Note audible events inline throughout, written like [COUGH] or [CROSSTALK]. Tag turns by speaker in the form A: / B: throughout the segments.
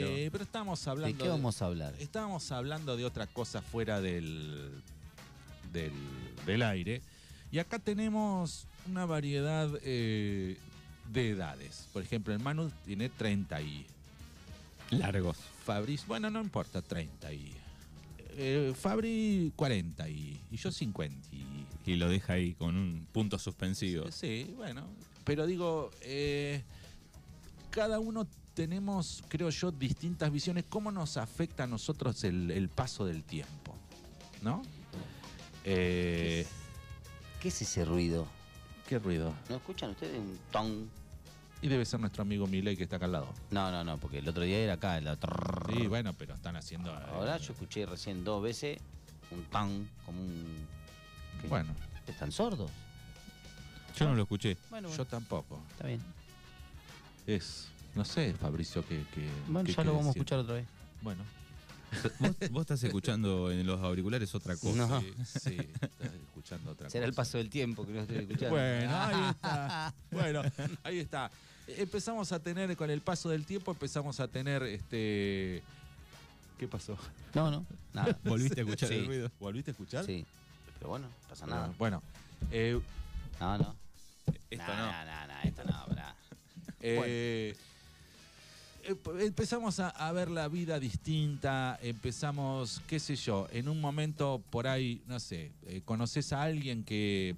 A: pero estábamos hablando.
B: ¿De qué vamos a hablar?
A: Estábamos hablando de otra cosa fuera del, del, del aire. Y acá tenemos una variedad eh, de edades. Por ejemplo, el Manu tiene 30 y.
C: Largos.
A: Fabris, bueno, no importa, 30 y. eh, Fabri 40 y, y yo 50 y.
C: Y lo deja ahí con un punto suspensivo.
A: Sí, bueno. Pero digo, eh, cada uno tenemos, creo yo, distintas visiones. ¿Cómo nos afecta a nosotros el, el paso del tiempo? ¿No? Eh,
B: ¿Qué es ese ruido?
A: ¿Qué ruido?
B: ¿No escuchan ustedes un ton?
A: Y debe ser nuestro amigo Milei que está acá al lado.
B: No, no, no, porque el otro día era acá. el otro-
A: Sí, bueno, pero están haciendo. eh,
B: Ahora yo escuché recién dos veces un tan como un. ¿Qué?
A: Bueno,
B: ¿Están sordos?
C: Yo no lo escuché.
B: Bueno,
A: yo tampoco.
B: está bien.
A: Es. No sé, Fabricio, que. que
B: Bueno,
A: que-
B: ya lo
A: que
B: vamos a
A: decir.
B: escuchar otra vez.
A: Bueno,
C: Vos, vos estás escuchando en los auriculares otra cosa.
B: No.
A: sí, sí, estás escuchando otra
B: [LAUGHS] Será el
A: cosa.
B: paso del tiempo que
A: [LAUGHS]
B: no estoy escuchando.
A: Bueno, ahí está. Bueno, ahí está. Empezamos a tener, con el paso del tiempo, empezamos a tener este. ¿Qué pasó?
B: No, no,
A: [LAUGHS]
B: nada.
C: ¿Volviste a escuchar
B: Sí.
C: el ruido?
A: ¿Volviste a escuchar?
B: Sí. Pero bueno, no pasa nada.
A: Nada. Bueno, eh,
B: No, no.
C: Esto
B: Nah,
C: no.
B: nah, nah, nah, esto no, pará.
A: eh, emp- empezamos a, a ver la vida distinta, empezamos, qué sé yo, en un momento por ahí, no sé, eh, conoces a alguien que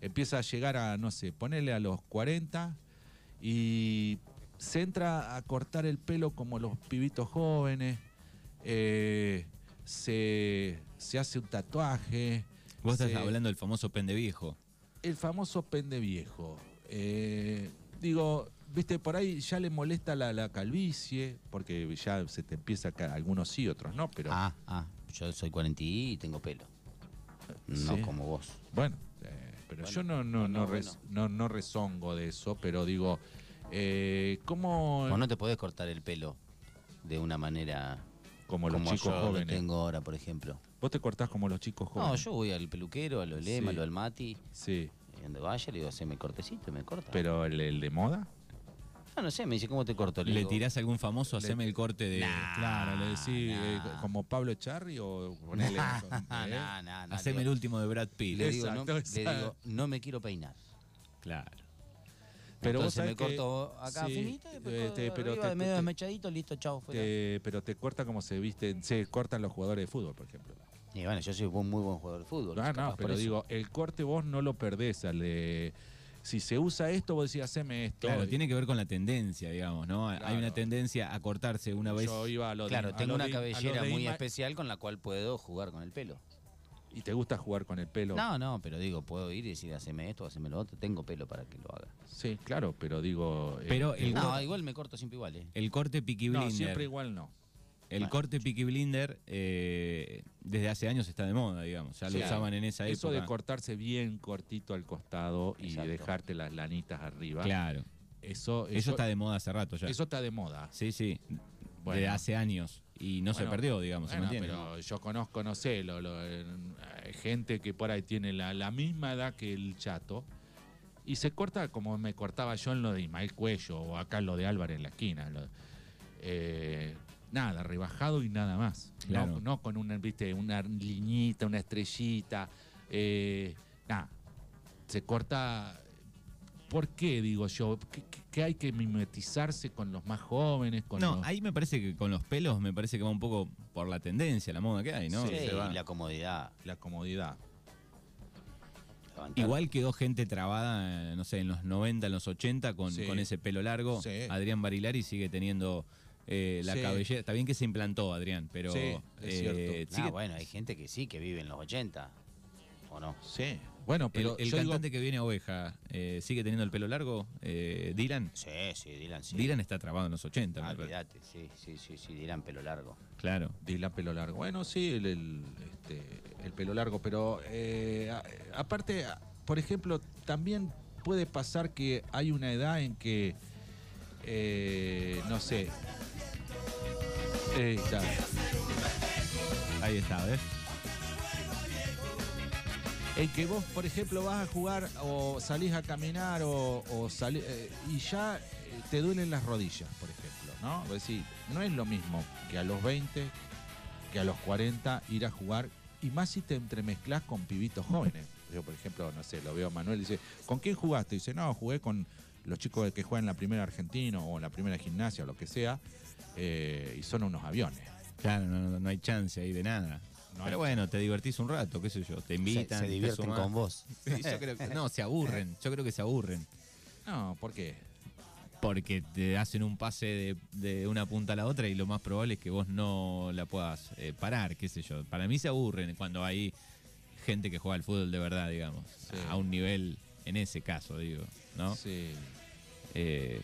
A: empieza a llegar a, no sé, ponele a los 40 y se entra a cortar el pelo como los pibitos jóvenes, eh, se, se hace un tatuaje.
C: Vos estás
A: se-
C: hablando del famoso pendeviejo.
A: el famoso pende viejo. Eh, digo, viste, por ahí ya le molesta la, la calvicie, porque ya se te empieza a ca- algunos sí, otros no, pero
B: Ah, ah, yo soy 40 y tengo pelo. No
A: Sí.
B: como vos.
A: bueno, eh, pero yo no, no, no,
B: Bueno,
A: res- no, no rezongo de eso, pero digo, eh,
B: Vos
A: ¿cómo,
B: no te podés cortar el pelo de una manera
A: como los
B: como
A: chicos
B: yo
A: jóvenes?
B: lo tengo ahora, por ejemplo.
A: Vos te cortás como los chicos jóvenes.
B: No, yo voy al peluquero, a lo
A: Sí.
B: Lema, a lo al Mati,
A: Sí,
B: y donde vaya le digo, haceme cortecito y me corta. Ah,
A: pero el, el de moda.
B: no, no sé, me dice, ¿cómo te corto?
C: Le
B: digo,
C: tirás a algún famoso,
A: Le-
C: haceme el corte de.
B: Nah.
A: claro, le decís eh,
B: nah.
A: como Pablo Charri o
B: [LAUGHS]
A: ponele.
B: Ah,
A: ¿eh?
B: no, no, no,
C: Haceme el
B: digo-
C: último de Brad Pitt.
B: le digo, no,
A: Exacto, exacto.
B: le digo, no me quiero peinar.
C: Claro.
A: Pero vos
B: Entonces me
A: sabés que-
B: corto acá
A: sí,
B: finito y después
A: eh, te-
B: arriba,
A: pero te-
B: medio
A: te-
B: desmechadito, listo, chao, fuera.
A: Te- pero te corta como se visten, se cortan los jugadores de fútbol, por ejemplo.
B: Y bueno, yo soy un muy buen jugador de fútbol.
A: Ah,
B: capaz
A: no,
B: por
A: pero
B: eso.
A: digo, el corte vos no lo perdés. al de- si se usa esto, vos decís, haceme esto.
C: Claro,
A: Y
C: tiene que ver con la tendencia, digamos, ¿no? Hay
A: Claro.
C: una tendencia a cortarse una vez.
A: Yo iba a lo de- a
B: Claro,
A: lo
B: tengo una
A: de- a lo
B: cabellera
A: de
B: muy
A: Ima-
B: especial con la cual puedo jugar con el pelo.
A: Y te gusta jugar con el pelo.
B: No, no, pero digo, puedo ir y decir, haceme esto, haceme lo otro. Tengo pelo para que lo haga.
A: Sí, claro, pero digo. eh,
C: Pero
A: eh,
C: el,
B: No,
C: cor-
B: igual me corto siempre igual, ¿eh?
C: el corte Peaky
A: no,
C: Blinder.
A: siempre igual no.
C: El corte Peaky Blinder eh, desde hace años está de moda, digamos. Ya lo
A: Sí.
C: usaban en esa
A: Eso
C: época.
A: de cortarse bien cortito al costado y
B: Exacto.
A: dejarte las lanitas arriba.
C: Claro.
A: Eso,
C: Eso está de moda hace rato ya.
A: eso está de moda.
C: Sí, sí.
A: Bueno.
C: Desde hace años. Y no se
A: Bueno,
C: perdió, digamos, ¿se
A: bueno,
C: mantiene?
A: pero yo conozco, no sé, lo- lo- eh, gente que por ahí tiene la, la misma edad que el chato y se corta como me cortaba yo en lo de Ismael Cuello o acá en lo de Álvarez en la esquina. lo- eh, nada, rebajado y nada más. No- No,
C: Claro.
A: con una, viste, una liñita, una estrellita. eh, nada, se corta. ¿Por qué, digo yo? ¿Qué, qué- qué hay que mimetizarse con los más jóvenes? Con
C: No,
A: los-
C: ahí me parece que con los pelos me parece que va un poco por la tendencia, la moda que hay, ¿no?
B: Sí,
C: Que se va.
B: y la comodidad.
A: la comodidad.
B: levantar.
C: Igual quedó gente trabada, eh, no sé, en los 90, en los 80 con,
A: Sí.
C: con ese pelo largo.
A: Sí.
C: Adrián Barilari sigue teniendo eh, la
A: Sí.
C: cabellera. Está bien que se implantó, Adrián, pero
A: Sí, es
C: eh,
A: cierto. Ah,
B: No,
C: sigue-
B: Ah, bueno, hay gente que sí, que vive en los 80. ¿O no?
A: Sí. Bueno, pero
C: el, el
A: yo digo-
C: cantante que viene Oveja eh, sigue teniendo el pelo largo, eh, Dylan.
B: Sí, sí, Dylan, sí.
C: Dylan está trabado en los 80, me
B: Ah,
C: parece.
B: olvídate, sí, sí, sí, sí, Dylan pelo largo.
C: Claro.
A: Dylan pelo largo. Bueno, sí, el, el, este, el pelo largo, pero eh, a- aparte, a- por ejemplo, también puede pasar que hay una edad en que, eh, no sé, Eh, está.
C: Ahí está, ¿ves?
A: en que vos, por ejemplo, vas a jugar o salís a caminar o, o salí- eh, y ya eh, te duelen las rodillas, por ejemplo. ¿no? Vos decís, no es lo mismo que a los 20, que a los 40 ir a jugar, y más si te entremezclas con pibitos jóvenes. Yo, por ejemplo, no sé, lo veo a Manuel y dice, ¿con quién jugaste? Y dice, no, jugué con los chicos que juegan en la primera Argentina o en la primera gimnasia o lo que sea, eh, y son unos aviones.
C: Claro, no, no- no hay chance ahí de nada.
A: No hay-
C: Pero bueno, te divertís un rato, qué sé yo. Te
B: Se,
C: invitan.
B: se
C: te
B: divierten
C: sumás.
B: con vos.
C: Sí, yo creo que- no, se aburren. Yo creo que se aburren.
A: No, ¿por qué?
C: Porque te hacen un pase de, de una punta a la otra y lo más probable es que vos no la puedas eh, parar, qué sé yo. Para mí se aburren cuando hay gente que juega al fútbol de verdad, digamos.
A: Sí.
C: A un nivel, en ese caso, digo, ¿no?
A: Sí.
C: Eh,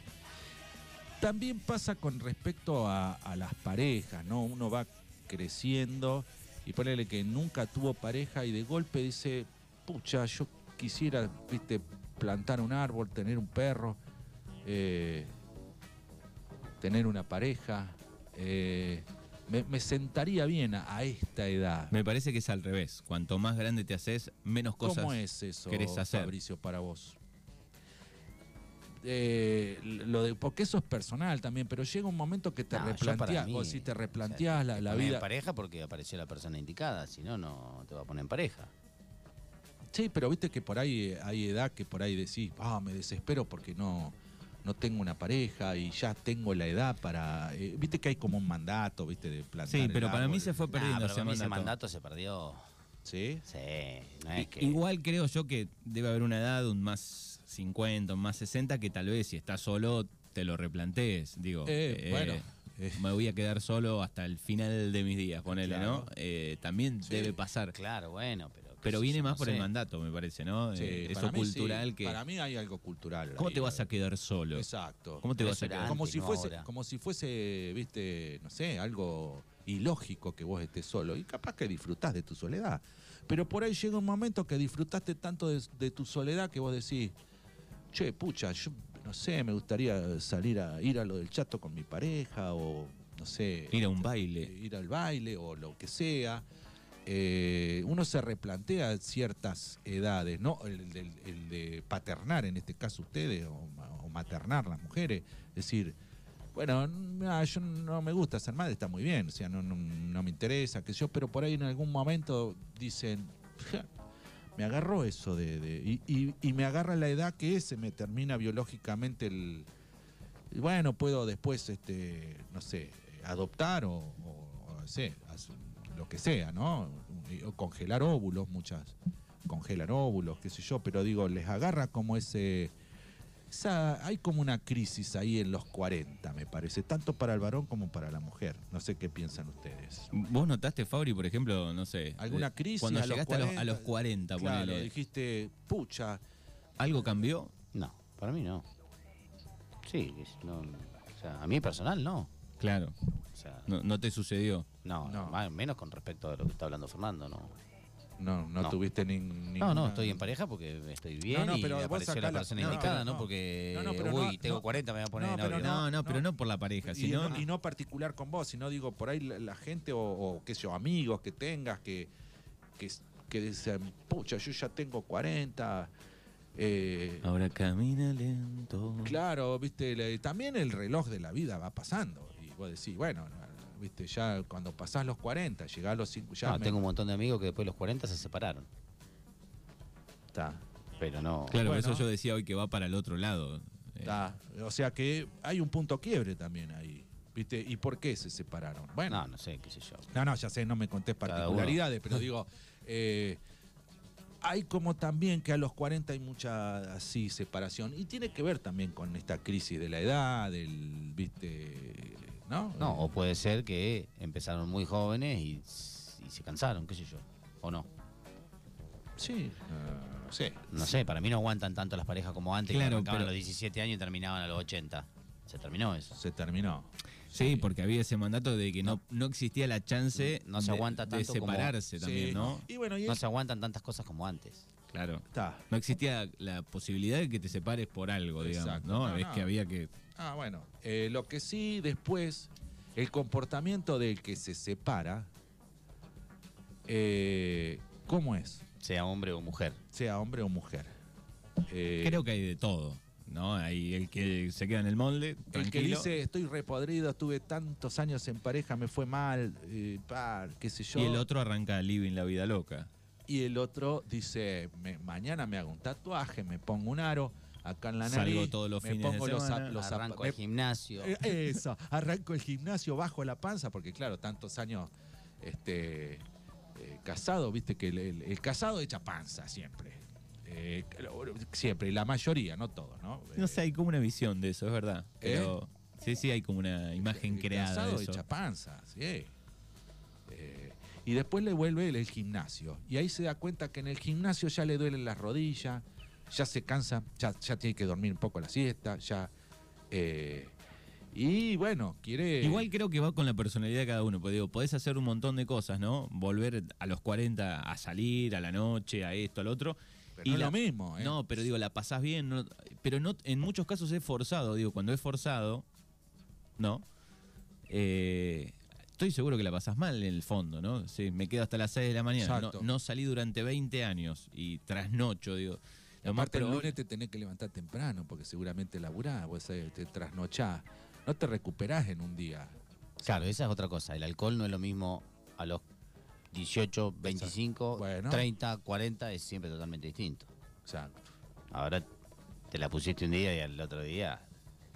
A: También pasa con respecto a, a las parejas, ¿no? Uno va creciendo y ponele que nunca tuvo pareja y de golpe dice, pucha, yo quisiera, viste, plantar un árbol, tener un perro, eh, tener una pareja. eh, me, me sentaría bien a, a esta edad.
C: me parece que es al revés. Cuanto más grande te haces, menos cosas.
A: ¿Cómo es eso,
C: querés hacer.
A: Fabricio, para vos? Eh, lo de, porque eso es personal también, pero llega un momento que te
B: No, yo para
A: replanteas,
B: mí,
A: o si te
B: o sea,
A: replanteas la,
B: te
A: la
B: ponés en
A: vida.
B: pareja porque apareció la persona indicada, si no, no te va a poner en pareja.
A: Sí, pero viste que por ahí eh, hay edad que por ahí decís, ah, me desespero porque no, no tengo una pareja y ya tengo la edad para. eh, viste que hay como un mandato, viste, de plantar.
C: Sí,
A: el
C: pero para mí
A: árbol.
C: se fue
B: Nah,
C: perdiendo
B: pero
C: ese
B: para mí ese
C: mandato.
B: mandato se perdió.
A: Sí.
B: Sí, no es que.
C: Igual creo yo que debe haber una edad, un más 50, un más 60, que tal vez si estás solo te lo replantees. Digo,
A: Eh,
C: [LAUGHS] eh,
A: bueno. eh,
C: me voy a quedar solo hasta el final de mis días, ponele,
A: Claro.
C: ¿no? Eh, también
A: Sí.
C: debe pasar.
B: Claro, bueno, pero. qué
C: Pero
B: sé
C: viene
B: yo,
C: más
B: no
C: por el
B: sé.
C: mandato, me parece, ¿no?
A: sí,
C: Eh,
A: para
C: eso
A: mí sí,
C: cultural que...
A: Para mí hay algo cultural.
C: ¿Cómo
A: ahí,
C: te vas a
A: eh,
C: quedar solo?
A: Exacto.
C: ¿Cómo te
B: Pero
C: vas
B: eso
C: a
B: era
C: quedar?
B: antes.
A: como si
B: no
A: fuese
B: ahora.
A: como si fuese viste no sé algo ilógico que vos estés solo y capaz que disfrutás de tu soledad pero por ahí llega un momento que disfrutaste tanto de, de tu soledad que vos decís che pucha yo no sé me gustaría salir a ir a lo del chato con mi pareja o no sé
C: Ir a un baile.
A: ir al baile o lo que sea. Eh, uno se replantea ciertas edades, ¿no? El, del- el de paternar, en este caso ustedes, o, ma- o maternar las mujeres. Es decir, bueno, nah, yo no me gusta ser madre, está muy bien, o sea, no, no- no me interesa, que yo, pero por ahí en algún momento dicen, "Ja, me agarró eso de... de- y, y- y me agarra la edad que es, se me termina biológicamente el... y Bueno, puedo después, este, no sé, adoptar o, o- o no sé, hacer lo que sea, ¿no? O congelar óvulos, muchas congelan óvulos, qué sé yo, pero digo, les agarra como ese... Esa, hay como una crisis ahí en los 40, me parece, tanto para el varón como para la mujer. No sé qué piensan ustedes.
C: ¿Vos notaste, Fabri, por ejemplo, no sé?
A: ¿Alguna
C: de-
A: crisis
C: Cuando
A: a los
C: llegaste a los- a los 40,
A: Claro,
C: ponele,
A: dijiste, pucha,
C: ¿algo cambió?
B: No, para mí no. Sí, es- no, o sea, a mí personal no.
C: Claro,
B: O sea,
C: no, no te sucedió.
B: no,
A: No.
B: más- menos con respecto a lo que está hablando Fernando, no.
A: no, no,
B: No.
A: tuviste ni, ninguna...
B: No, no, estoy en pareja porque estoy bien
A: no,
B: y
A: pero
B: me
A: vos
B: apareció
A: sacá
B: la
A: la-
B: persona
A: no,
B: indicada,
A: pero
B: no,
A: no.
B: porque
A: No, no, pero
B: uy,
A: no,
B: tengo
A: no.
B: 40, me eh, voy a poner
A: No,
B: en
A: pero
B: novio.
C: No,
A: no.
C: no, pero no por la pareja,
A: Y,
C: sino...
A: no, y no particular con vos, sino digo, por ahí la, la gente o, o, qué sé yo, amigos que tengas que, que, que dicen, pucha, yo ya tengo 40. eh,
B: Ah.
C: Ahora camina lento.
A: Claro, viste, le- también el reloj de la vida va pasando. Y vos decís, bueno, no, viste, ya cuando pasás los 40, llegás a los 5, ya
B: No,
A: me-
B: Ah, tengo un montón de amigos que después de los 40 se separaron.
A: Está,
B: Pero no.
C: Claro, por
A: Bueno.
C: eso yo decía hoy que va para el otro lado. Eh,
A: está. O sea que hay un punto quiebre también ahí. ¿Viste? ¿Y por qué se separaron? Bueno,
B: No, no sé, qué sé yo.
A: No, no, ya sé, no me contés
B: Cada
A: particularidades, pero digo, eh, hay como también que a los 40 hay mucha así separación. Y tiene que ver también con esta crisis de la edad, del, viste, ¿no?
B: No, o puede ser que empezaron muy jóvenes y, s- y se cansaron, qué sé yo. O no.
A: Sí, eh, no sé.
B: No sé, para mí no aguantan tanto las parejas como antes, que
C: Claro,
B: arrancaban
C: pero-
B: a los 17 años y terminaban a los 80. Se terminó eso.
A: Se terminó.
C: Sí, porque había ese mandato de que no, no existía la chance
B: No se
C: de-
B: aguanta
C: de,
B: tanto como-
C: separarse también,
A: Sí.
C: ¿no?
A: Y bueno, y
B: No se aguantan tantas cosas como antes.
C: Claro.
A: está.
C: No existía la posibilidad de que te separes por algo, digamos,
A: Exacto.
C: ¿no?
A: No,
C: es
A: no.
C: que había que...
A: Ah, bueno. eh, lo que sí, después, el comportamiento del que se separa, eh, ¿cómo es?
B: Sea hombre o mujer.
A: Sea hombre o mujer. Eh,
C: Creo que hay de todo. ¿no? Ahí el que se queda en el molde.
A: El que
C: tranquilo.
A: dice, estoy repodrido, estuve tantos años en pareja, me fue mal, eh, pa, qué sé yo.
C: Y el otro arranca Living la Vida Loca.
A: Y el otro dice, "Me- mañana me hago un tatuaje, me pongo un aro acá en la nariz.
C: Salgo todos los
A: me
C: fines de
A: pongo los
C: semana,
A: zap- los zap-
B: Arranco
A: me-
B: el gimnasio.
A: [LAUGHS] Eh, Eso, arranco el gimnasio, bajo la panza, porque claro, tantos años este, eh, casado, viste que el, el- el casado echa panza siempre. Eh, siempre, la mayoría, no todos, ¿no? Eh,
C: No sé, hay como una visión de eso, es verdad. Pero sí, sí, hay como una imagen
A: El
C: creada
A: casado
C: de eso.
A: echa panza, sí. Eh, y después le vuelve el, el gimnasio. Y ahí se da cuenta que en el gimnasio ya le duelen las rodillas, ya se cansa, ya, ya tiene que dormir un poco la siesta, ya. eh, y bueno, quiere.
C: Igual creo que va con la personalidad de cada uno, porque digo, podés hacer un montón de cosas, ¿no? Volver a los 40 a salir, a la noche, a esto, al otro.
A: pero
C: y
A: no es
C: la-
A: lo mismo, ¿eh?
C: No, pero digo, la pasás bien, no- pero no, en muchos casos es forzado, digo, cuando es forzado, ¿no? Eh, estoy seguro que la pasás mal en el fondo, ¿no? Sí, me quedo hasta las 6 de la mañana, no,
A: Exacto.
C: no salí durante 20 años y trasnocho, digo. Lo más
A: Aparte, el
C: probable-
A: lunes te tenés que levantar temprano porque seguramente laburás, vos sabés, te trasnochás. No te recuperás en un día.
B: Claro, esa es otra cosa. El alcohol no es lo mismo a los 18, 25,
A: Bueno.
B: 30, 40, es siempre totalmente distinto.
A: Exacto.
B: Ahora te la pusiste un día y al otro día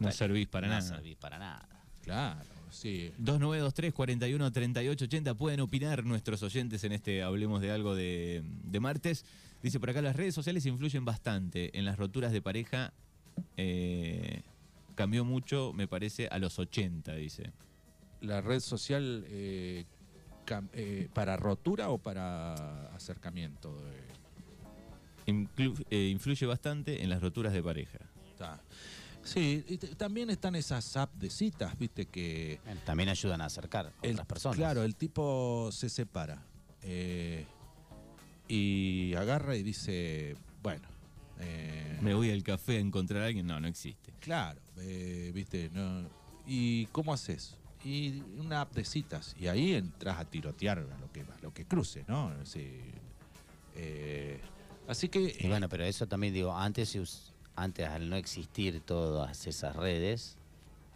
C: no
B: dale,
C: servís para
B: no
C: nada.
B: servís para nada.
A: Claro, sí.
C: 2923 41 38 80 pueden opinar nuestros oyentes en este Hablemos de algo de, de martes. Dice por acá las redes sociales influyen bastante en las roturas de pareja. eh, cambió mucho, me parece, a los 80, dice.
A: la red social eh, cam- eh, para rotura o para acercamiento. eh,
C: Inclu- eh, influye bastante en las roturas de pareja.
A: está. Sí, y t- también están esas apps de citas, viste que
B: Bueno, también ayudan a acercar a
A: el-
B: otras personas.
A: Claro, el tipo se separa eh, y agarra y dice, bueno, eh,
C: Me voy al café a encontrar a alguien. No, no existe.
A: claro, eh, viste, no, ¿y cómo haces? Y una app de citas y ahí entras a tirotear a lo que a lo que cruce, ¿no? Sí, eh, así que
B: Y bueno, pero eso también digo, antes, se us- antes al no existir todas esas redes,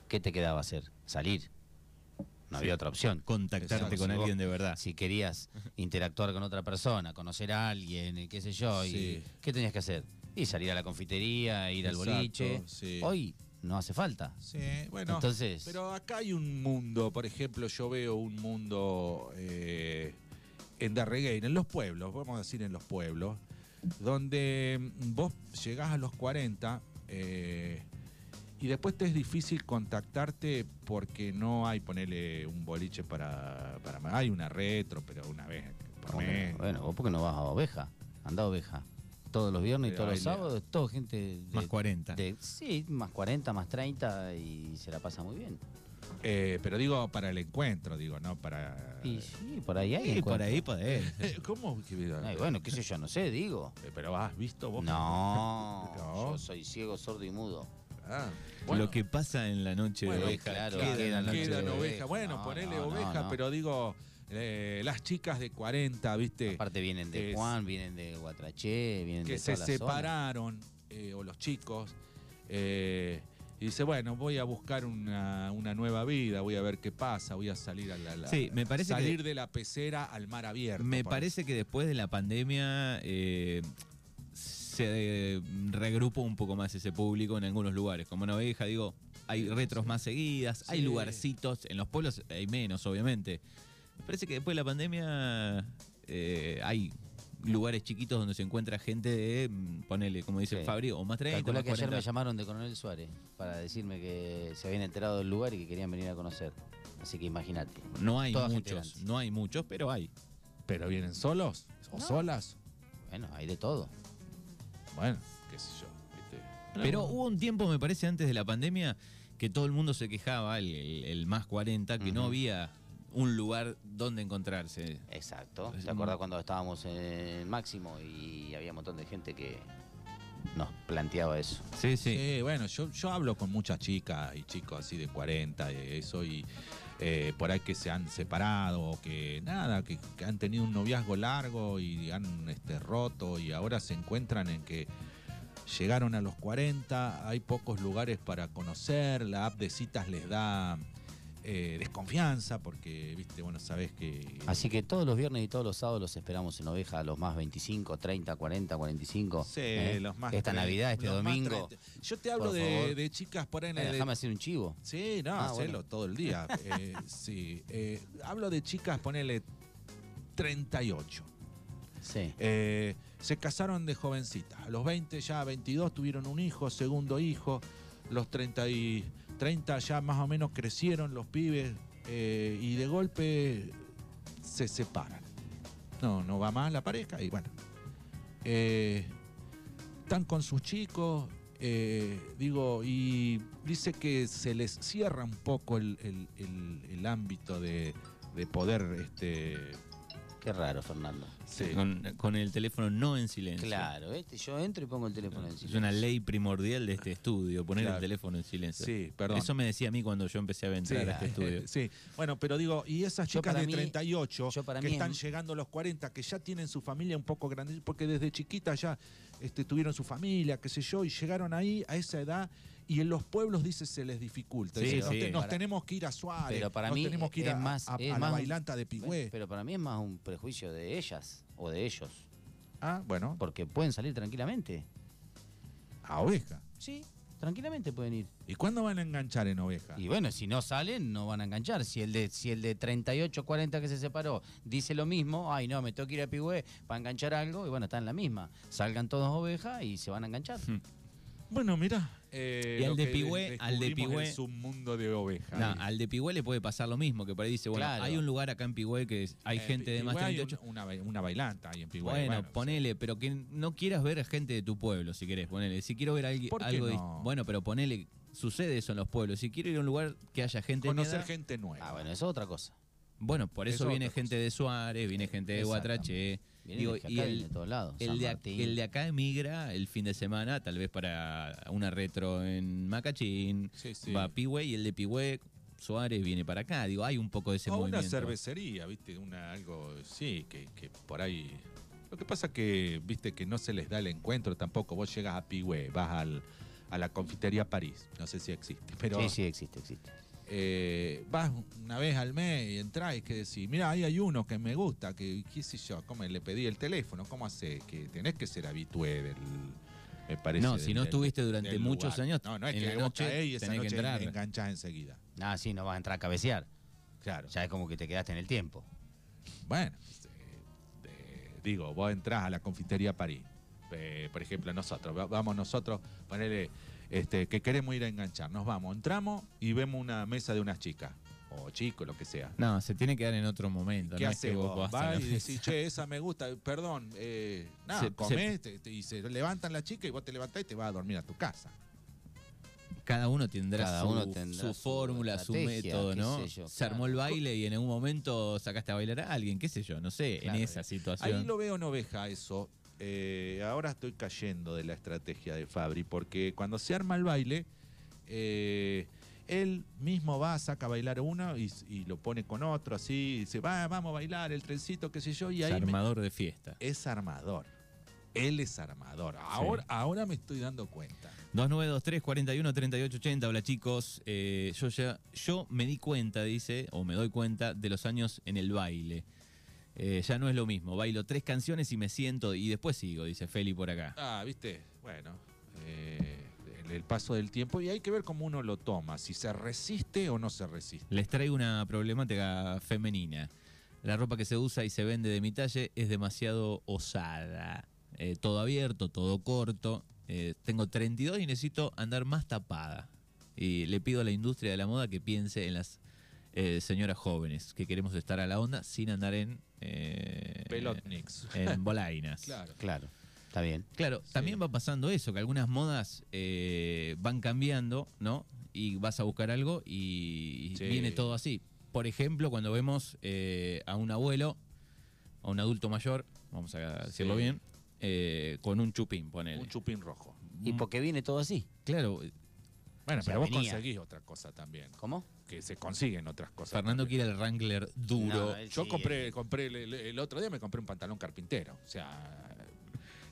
B: ¿qué te quedaba hacer? Salir. No
C: Sí.
B: había otra opción.
C: Contactarte
B: Exacto,
C: con
B: si vos-
C: alguien de verdad.
B: Si querías interactuar con otra persona, conocer a alguien, y qué sé yo, y-
A: Sí.
B: ¿qué tenías que hacer? Y salir a la confitería, ir
A: Exacto,
B: al boliche.
A: sí.
B: Hoy no hace falta.
A: Sí, bueno.
B: Entonces-
A: Pero acá hay un mundo, por ejemplo, yo veo un mundo eh, en Darregueira, en los pueblos, vamos a decir en los pueblos, donde mm, vos llegás a los 40 eh, y después te es difícil contactarte porque no hay, ponerle un boliche para, para... Hay una retro, pero una vez por
B: Bueno,
A: mes.
B: Bueno, vos porque no vas a oveja, anda a oveja. Todos los viernes y
A: Pero
B: todos los
A: ahí le-
B: sábados, todo gente de,
C: Más 40.
B: de- sí, más 40, más 30 y se la pasa muy bien.
A: Eh, pero digo para el encuentro, digo, no para...
B: Y sí, por ahí hay
C: y por
B: encuentros.
C: ahí podés.
B: [LAUGHS]
A: Eh, [LAUGHS] ¿Cómo?
B: Ay, bueno, qué sé yo, no sé, digo.
A: Eh, Pero has visto vos.
B: No,
A: [LAUGHS] No.
B: yo soy ciego, sordo y mudo.
A: Ah,
C: Lo que pasa en la noche
A: Bueno,
C: de
B: eh,
C: oveja
B: claro,
C: queda en la
B: quedan
C: noche de
A: quedan
B: oveja.
A: ovejas.
C: oveja.
A: Bueno,
B: No,
A: ponele
B: no, no,
A: ovejas,
B: no.
A: pero digo, eh, las chicas de 40, ¿viste?
B: Aparte vienen de
A: Es-
B: Juan, vienen de Guatraché, vienen de
A: Que se
B: toda la zona.
A: separaron, eh, o los chicos. eh, y dice, bueno, voy a buscar una, una nueva vida, voy a ver qué pasa, voy a salir a la. la-
C: Sí, me parece que-
A: salir de la pecera al mar abierto.
C: Me
A: por-
C: parece que después de la pandemia eh, se eh, regrupó un poco más ese público en algunos lugares. Como en Oveja, digo, hay retros más seguidas, hay
A: Sí.
C: lugarcitos. En los pueblos hay menos, obviamente. Me parece que después de la pandemia eh, hay lugares chiquitos donde se encuentra gente de, mm, ponele, como dice
B: Sí.
C: Fabri, o más 30,
B: Calcula
C: más
B: que ayer
C: 40.
B: me llamaron de Coronel Suárez para decirme que se habían enterado del lugar y que querían venir a conocer. Así que imagínate.
C: No hay
B: Toda gente
C: muchos,
B: grande.
C: no hay muchos, pero hay.
A: ¿Pero vienen solos? ¿O
B: No.
A: solas?
B: Bueno, hay de todo.
A: Bueno, qué sé yo, ¿viste?
C: Pero hubo un tiempo, me parece, antes de la pandemia, que todo el mundo se quejaba, el, el- el más 40, que no
B: Ujú.
C: había un lugar donde encontrarse.
B: Exacto.
C: Es
B: ¿Te acordás
C: un-
B: cuando estábamos en Máximo y había un montón de gente que nos planteaba eso?
C: Sí,
A: Sí, Eh, bueno, yo, yo hablo con muchas chicas y chicos así de 40 y eso, y eh, por ahí que se han separado o que nada, que, que han tenido un noviazgo largo y han este, roto y ahora se encuentran en que llegaron a los 40, hay pocos lugares para conocer, la app de citas les da eh, desconfianza porque, viste, bueno, sabes que...
B: Así que todos los viernes y todos los sábados los esperamos en Oveja, los más 25, 30, 40, 45.
A: Sí,
B: ¿eh?
A: los más
B: Esta
A: tre-
B: Navidad, este
A: los más
B: domingo.
A: tre- Yo te hablo
B: Por favor.
A: de, de chicas por ahí en
B: Eh,
A: el-
B: Déjame hacer un chivo.
A: Sí, no,
B: Ah,
A: hacelo
B: bueno.
A: todo el día. Eh, sí, eh, hablo de chicas, ponele 38.
B: Sí.
A: Eh, se casaron de jovencitas. A los 20, ya 22, tuvieron un hijo, segundo hijo. Los 30, y, 30 ya más o menos crecieron los pibes eh, y de golpe se separan. No, no va más la pareja y bueno. Eh, están con sus chicos, eh, digo, y dice que se les cierra un poco el, el- el- el ámbito de, de poder. Este,
B: Qué raro, Fernando.
A: se-
C: Con, con el teléfono no en silencio.
B: Claro, ¿viste? yo entro y pongo el teléfono
C: Es
B: encima.
C: una ley primordial de este estudio, poner
A: Claro.
C: el teléfono en silencio.
A: Sí, perdón.
C: Eso me decía a mí cuando yo empecé a
A: Sí,
C: entrar
A: [LAUGHS]
C: a este estudio.
A: sí. bueno, pero digo, y esas
B: Yo
A: chicas
B: para
A: de
B: mí-
A: 38
B: yo para
A: que
B: mí
A: están
B: es-
A: llegando a los 40, que ya tienen su familia un poco grande, porque desde chiquitas ya este, tuvieron su familia, qué sé yo, y llegaron ahí a esa edad. Y en los pueblos, dice, se les dificulta.
C: Sí,
A: Dice, nos,
C: sí.
A: te- nos
B: Para-
A: tenemos que ir a Suárez,
B: Pero para
A: nos
B: mí
A: tenemos que ir
B: es
A: a,
B: más-
A: a- a
B: es
A: la
B: más-
A: bailanta de Pigüé.
B: Bueno, Pero para mí es más un prejuicio de ellas o de ellos.
A: ah, bueno,
B: Porque pueden salir tranquilamente.
A: a Oveja.
B: Sí, tranquilamente pueden ir.
A: ¿Y cuándo van a enganchar en Oveja?
B: Y bueno, si no salen, no van a enganchar. Si el de, si el de 38, 40 que se separó dice lo mismo, ay no, me tengo que ir a Pigüé para enganchar algo, y bueno, están en la misma. Salgan todos ovejas y se van a enganchar.
C: Hmm.
A: Bueno, mira. eh,
C: Y al
A: lo
C: de
A: que
C: Pigüé, al de
A: descubrimos
C: Pigüé-
A: Es un mundo de Oveja.
C: No, al de Pigüé le puede pasar lo mismo, que por ahí dice, bueno,
B: Claro.
C: hay un lugar acá en Pigüé que es- hay
A: Eh,
C: gente de más
A: Pigüé hay
C: 38.
A: un- una, ba- una bailanta ahí en Pigüé.
C: Bueno,
A: o sea.
C: ponele, pero que no quieras ver a gente de tu pueblo, si querés, ponele. Si quiero ver a alguien,
A: ¿Por qué
C: algo... dis-
A: no?
C: Bueno, pero ponele, sucede eso en los pueblos. Si quiero ir a un lugar que haya gente de mi
A: conocer
C: edad,
A: gente nueva.
B: Ah, bueno, eso es otra cosa.
C: Bueno, por eso
A: Es
C: viene
A: otra
C: gente de Suárez, viene gente de Guatrache.
B: Vienen
C: Digo,
B: de acá,
C: y
B: vienen de
C: el,
B: todos lados.
C: el
B: San
C: de, ac-
B: Martín.
C: el de acá emigra el fin de semana, tal vez para una retro en Macachín,
A: Sí, sí.
C: va a Pihue y el de Pihue, Suárez viene para acá. Digo, hay un poco de ese
A: o
C: movimiento.
A: una cervecería, viste, una algo, sí, que, que por ahí. Lo que pasa que, viste, que no se les da el encuentro tampoco. Vos llegas a Pigüé, vas al- a la confitería París, no sé si existe, pero
B: Sí, sí, existe, existe.
A: eh, vas una vez al mes y entras y que decís, mira, ahí hay uno que me gusta, que qué sé yo, ¿cómo le pedí el teléfono? ¿Cómo hace? Que tenés que ser habitué del. Me parece,
C: No, si
A: del-
C: no
A: del-
C: estuviste durante
A: del
C: muchos
A: lugar.
C: años,
A: no, no es
C: en
A: que
C: la
A: vos
C: noche
A: caés y esa
C: tenés que
A: noche
C: entrar.
A: enganchás enseguida.
B: Ah, sí, no vas a entrar a cabecear.
A: Claro.
B: Ya es como que te quedaste en el tiempo.
A: Bueno, eh, eh, digo, vos entrás a la confitería París. eh, por ejemplo, nosotros, va- vamos nosotros, ponele este, que queremos ir a enganchar. Nos vamos, entramos y vemos una mesa de unas chicas, o chicos, lo que sea.
C: No, se tiene que dar en otro momento.
A: ¿Qué
C: no es
A: haces
C: que vos
A: vos?
C: vas a
A: Vas
C: la
A: y decís,
C: mesa.
A: che, esa me gusta, perdón, eh, nada,
C: Se-
A: comés te- te- y se levantan las chicas y vos te levantás y te vas a dormir a tu casa.
C: Cada uno tendrá
B: Cada
C: su,
B: uno tendrá
C: su
B: su
C: fórmula, su
B: estrategia,
C: método,
B: qué
C: ¿no?
B: sé yo,
C: Se armó
B: claro.
C: el baile y en algún momento sacaste a bailar a alguien, qué sé yo, no sé,
B: Claro,
C: en esa
B: ahí
C: situación.
A: Ahí lo veo en oveja eso. Eh, ahora estoy cayendo de la estrategia de Fabri, porque cuando se arma el baile, eh, él mismo va, saca a bailar uno y, y lo pone con otro, así, y dice, va, vamos a bailar, el trencito, qué sé yo, y
C: Es
A: ahí me-
C: armador de fiesta.
A: es armador. Él es armador. Ahora, ahora me estoy dando cuenta.
C: 2923 41 38 80. Hola chicos, Eh, yo ya yo me di cuenta, dice, o me doy cuenta de los años en el baile. Eh, ya no es lo mismo, bailo tres canciones y me siento y después sigo, dice Feli por acá.
A: Ah, viste, bueno, eh, el, el paso del tiempo y hay que ver cómo uno lo toma, si se resiste o no se resiste.
C: Les traigo una problemática femenina. La ropa que se usa y se vende de mi talle es demasiado osada. Eh, todo abierto, todo corto. Eh, tengo 32 y necesito andar más tapada. Y le pido a la industria de la moda que piense en las eh, señoras jóvenes, que queremos estar a la onda sin andar en... eh,
A: Pelotniks.
C: En bolainas.
A: [LAUGHS] Claro.
B: Claro, está bien.
C: Claro, también va pasando eso, que algunas modas eh, van cambiando, ¿no? Y vas a buscar algo y
A: Sí.
C: viene todo así. Por ejemplo, cuando vemos eh, a un abuelo, a un adulto mayor, vamos a decirlo
A: Sí.
C: bien, eh, con un chupín, ponele.
A: Un chupín rojo.
B: Y porque viene todo así.
C: Claro,
A: Bueno,
B: O sea,
A: pero vos
B: venía.
A: conseguís otra cosa también,
B: ¿Cómo?
A: que se consiguen otras cosas.
C: Fernando
A: también.
C: quiere el Wrangler duro.
B: No, eh, él
A: Yo
B: sí,
A: compré,
B: él-
A: compré el, el- el otro día me compré un pantalón carpintero, o sea,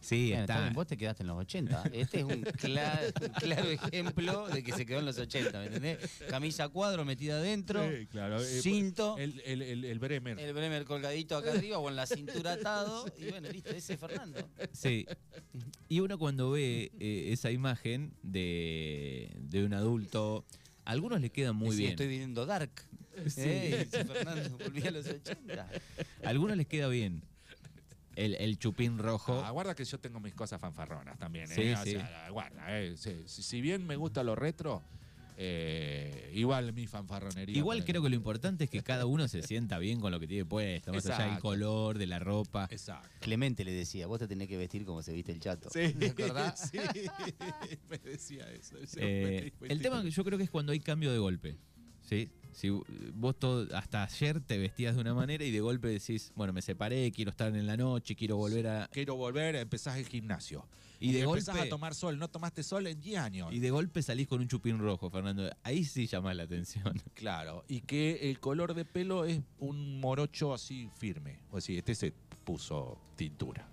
C: Sí,
B: Bueno, está
C: está.
B: bien, vos te quedaste eh, en los 80. Este es un, cla- [LAUGHS] un claro ejemplo de que se quedó en los 80, ¿me entendés? Camisa cuadro metida adentro,
A: Sí, claro, eh,
C: pues,
B: cinto, el,
A: El, el, el, el Bremer.
B: Bremer colgadito acá arriba o en la cintura atado, y bueno, listo, ese es Fernando. [LAUGHS]
C: Sí. Y uno cuando ve eh, esa imagen de, de un adulto, a algunos le quedan muy
B: Sí,
C: bien.
B: Estoy viviendo Dark. Ey, sí, Fernando, volví a los 80.
C: A algunos les queda bien. El, el chupín rojo.
A: Ah, Aguarda que yo tengo mis cosas fanfarronas también.
C: Sí,
A: eh. O
C: sí.
A: sea, aguarda, eh. Si, si- si bien me gusta lo retro, eh, igual mi fanfarronería.
C: Igual
A: por ahí.
C: creo que lo importante es que cada uno se sienta bien con lo que tiene puesto, más allá del
A: Exacto.
C: color, de la
A: [LAUGHS]
C: ropa.
A: Exacto.
B: Clemente le decía, vos te tenés que vestir como se viste el chato.
A: [LAUGHS] ¿Te
B: acordás?
A: Sí, me decía eso. Yo me di
C: Eh,
A: cuenta.
C: el tema que yo creo que es cuando hay cambio de golpe. ¿sí? Si v- vos todo, hasta ayer te vestías de una manera y de golpe decís, bueno, me separé, quiero estar en la noche, quiero volver a.
A: Quiero volver, empezás el gimnasio.
C: Y de golpe.
A: empezás a tomar sol. No tomaste sol en 10 años.
C: Y de golpe salís con un chupín rojo, Fernando. Ahí sí llamás la atención.
A: Claro, y que el color de pelo es un morocho así firme. O sea, este se puso tintura.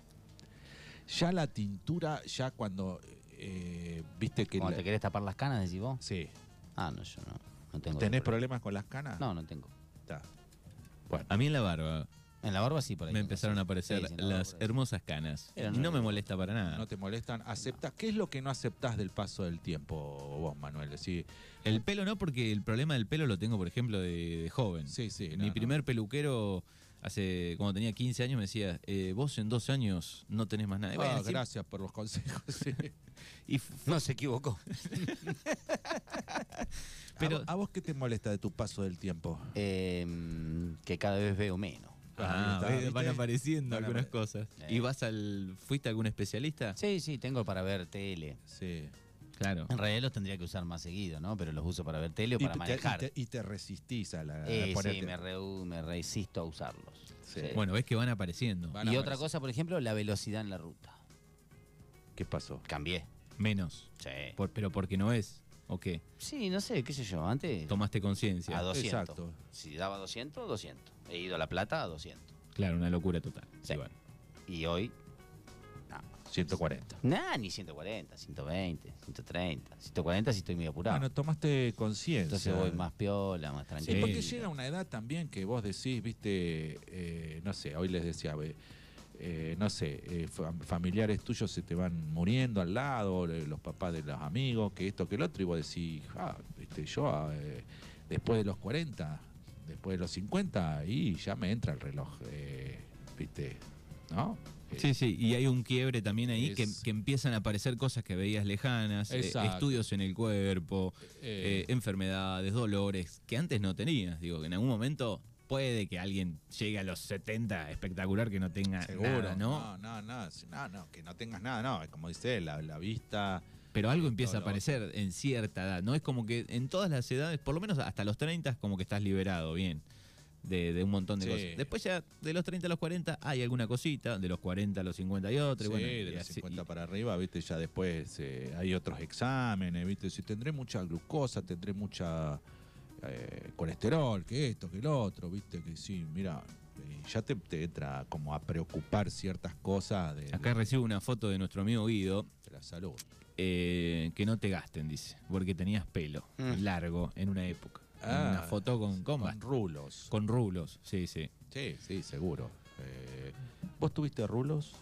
A: Ya la tintura, ya cuando eh, viste que...
B: Cuando
A: la-
B: te querés tapar las canas, decís vos.
A: Sí.
B: Ah, no, yo no, no tengo.
A: ¿Tenés
B: ese problema.
A: problemas con las canas?
B: No, no tengo.
A: Está.
C: A mí en la barba
B: En la barba sí, por ahí.
C: me
B: tengo.
C: empezaron a aparecer
B: Sí, sí, en la barba
C: las
B: por ahí.
C: hermosas canas.
B: Pero
C: Y
B: no
C: no me
B: le-
C: molesta para
A: ¿No
C: nada.
A: te molestan? ¿Aceptas? ¿Qué es lo que no aceptás del paso del tiempo vos, Manuel? Sí,
C: El pelo no, porque el problema del pelo lo tengo, por ejemplo, de, de joven.
A: sí. sí no,
C: Mi
A: no.
C: primer peluquero, hace cuando tenía 15 años, me decía, eh, vos en dos años no tenés más nada.
A: Ah,
C: Y bueno, siempre-
A: gracias por los consejos. [LAUGHS] sí.
C: y f-
B: No se equivocó.
A: Pero,
C: Pero-
A: ¿A, vo- ¿A vos qué te molesta de tu paso del tiempo?
B: Em, que cada vez veo menos.
A: Ah,
C: ah,
A: ahí está,
C: ve- van
A: ¿viste?
C: apareciendo
A: Van
C: algunas
A: apare-
C: cosas.
B: Eh.
C: ¿Y vas al. ¿Fuiste a algún especialista?
B: Sí, sí, tengo para ver tele.
A: Sí.
C: Claro.
B: En realidad los tendría que usar más seguido, ¿no? Pero los uso para ver tele o para
A: y, te,
B: manejar.
A: y te- y te resistís a la... a
B: Eh, sí,
A: ponerte-
B: me, rehú- me resisto a usarlos.
A: Sí.
B: Sí.
C: Bueno, ves que van apareciendo.
A: Van a
B: y otra
A: aparecer.
B: cosa, por ejemplo, la velocidad en la ruta.
A: ¿Qué pasó?
B: Cambié.
C: Menos.
B: Sí.
C: Por- pero porque no es. ¿O qué?
B: Sí, no sé, qué sé yo, antes
C: Tomaste
B: a
C: conciencia.
B: 200.
A: Exacto.
B: Si daba 200, 200. He ido a La Plata a 200.
C: Claro, una locura total.
B: Sí.
C: Igual.
B: Y hoy
A: 140.
B: Nah, ni 140, 120, 130, 140 si estoy muy apurado.
A: Bueno, tomaste conciencia.
B: Entonces voy más piola, más
A: Sí,
B: tranquilo.
A: porque llega una edad también que vos decís, viste, eh, no sé, hoy les decía, ve, eh, no sé, eh, fa- familiares tuyos se te van muriendo al lado, le- los papás de los amigos, que esto, que el otro, y vos decís, ah, viste, yo eh, después de los 40, después de los 50, y ya me entra el reloj, eh, viste, ¿no? Eh,
C: Sí, sí, y hay un quiebre también ahí que,
A: Es-
C: que empiezan a aparecer cosas que veías lejanas, eh,
A: Exacto.
C: estudios en el cuerpo,
A: eh,
C: eh, enfermedades, dolores, que antes no tenías. Digo, que en algún momento puede que alguien llegue a los 70 espectacular que no tenga nada,
A: No,
C: ¿no?
A: no, no, si- no, no, que no tengas nada, no, como dice, él, la, la vista.
C: Pero algo
A: Sí,
C: empieza a
A: todo lo
C: aparecer en cierta edad, ¿no? Es como que en todas las edades, por lo menos hasta los 30, es como que estás liberado, bien, de, de un montón de
A: Sí.
C: cosas. Después ya de los 30 a los 40 hay alguna cosita, de los 40 a los 50 y otra, y
A: Sí,
C: bueno,
A: de
C: y
A: los
C: así-
A: 50 para arriba, viste, ya después eh, hay otros exámenes, viste, si tendré mucha glucosa, tendré mucha eh, colesterol, que esto, que el otro, viste, que sí, mira, eh, ya te, te entra como a preocupar ciertas cosas de, de-
C: Acá recibo una foto de nuestro amigo Guido,
A: de la salud.
C: eh, que no te gasten, dice, porque tenías pelo
B: Mm.
C: largo en una época.
A: Ah.
C: una foto con con,
A: Con rulos.
C: con rulos, sí, sí.
A: Sí, sí, seguro. Eh, ¿Vos tuviste rulos,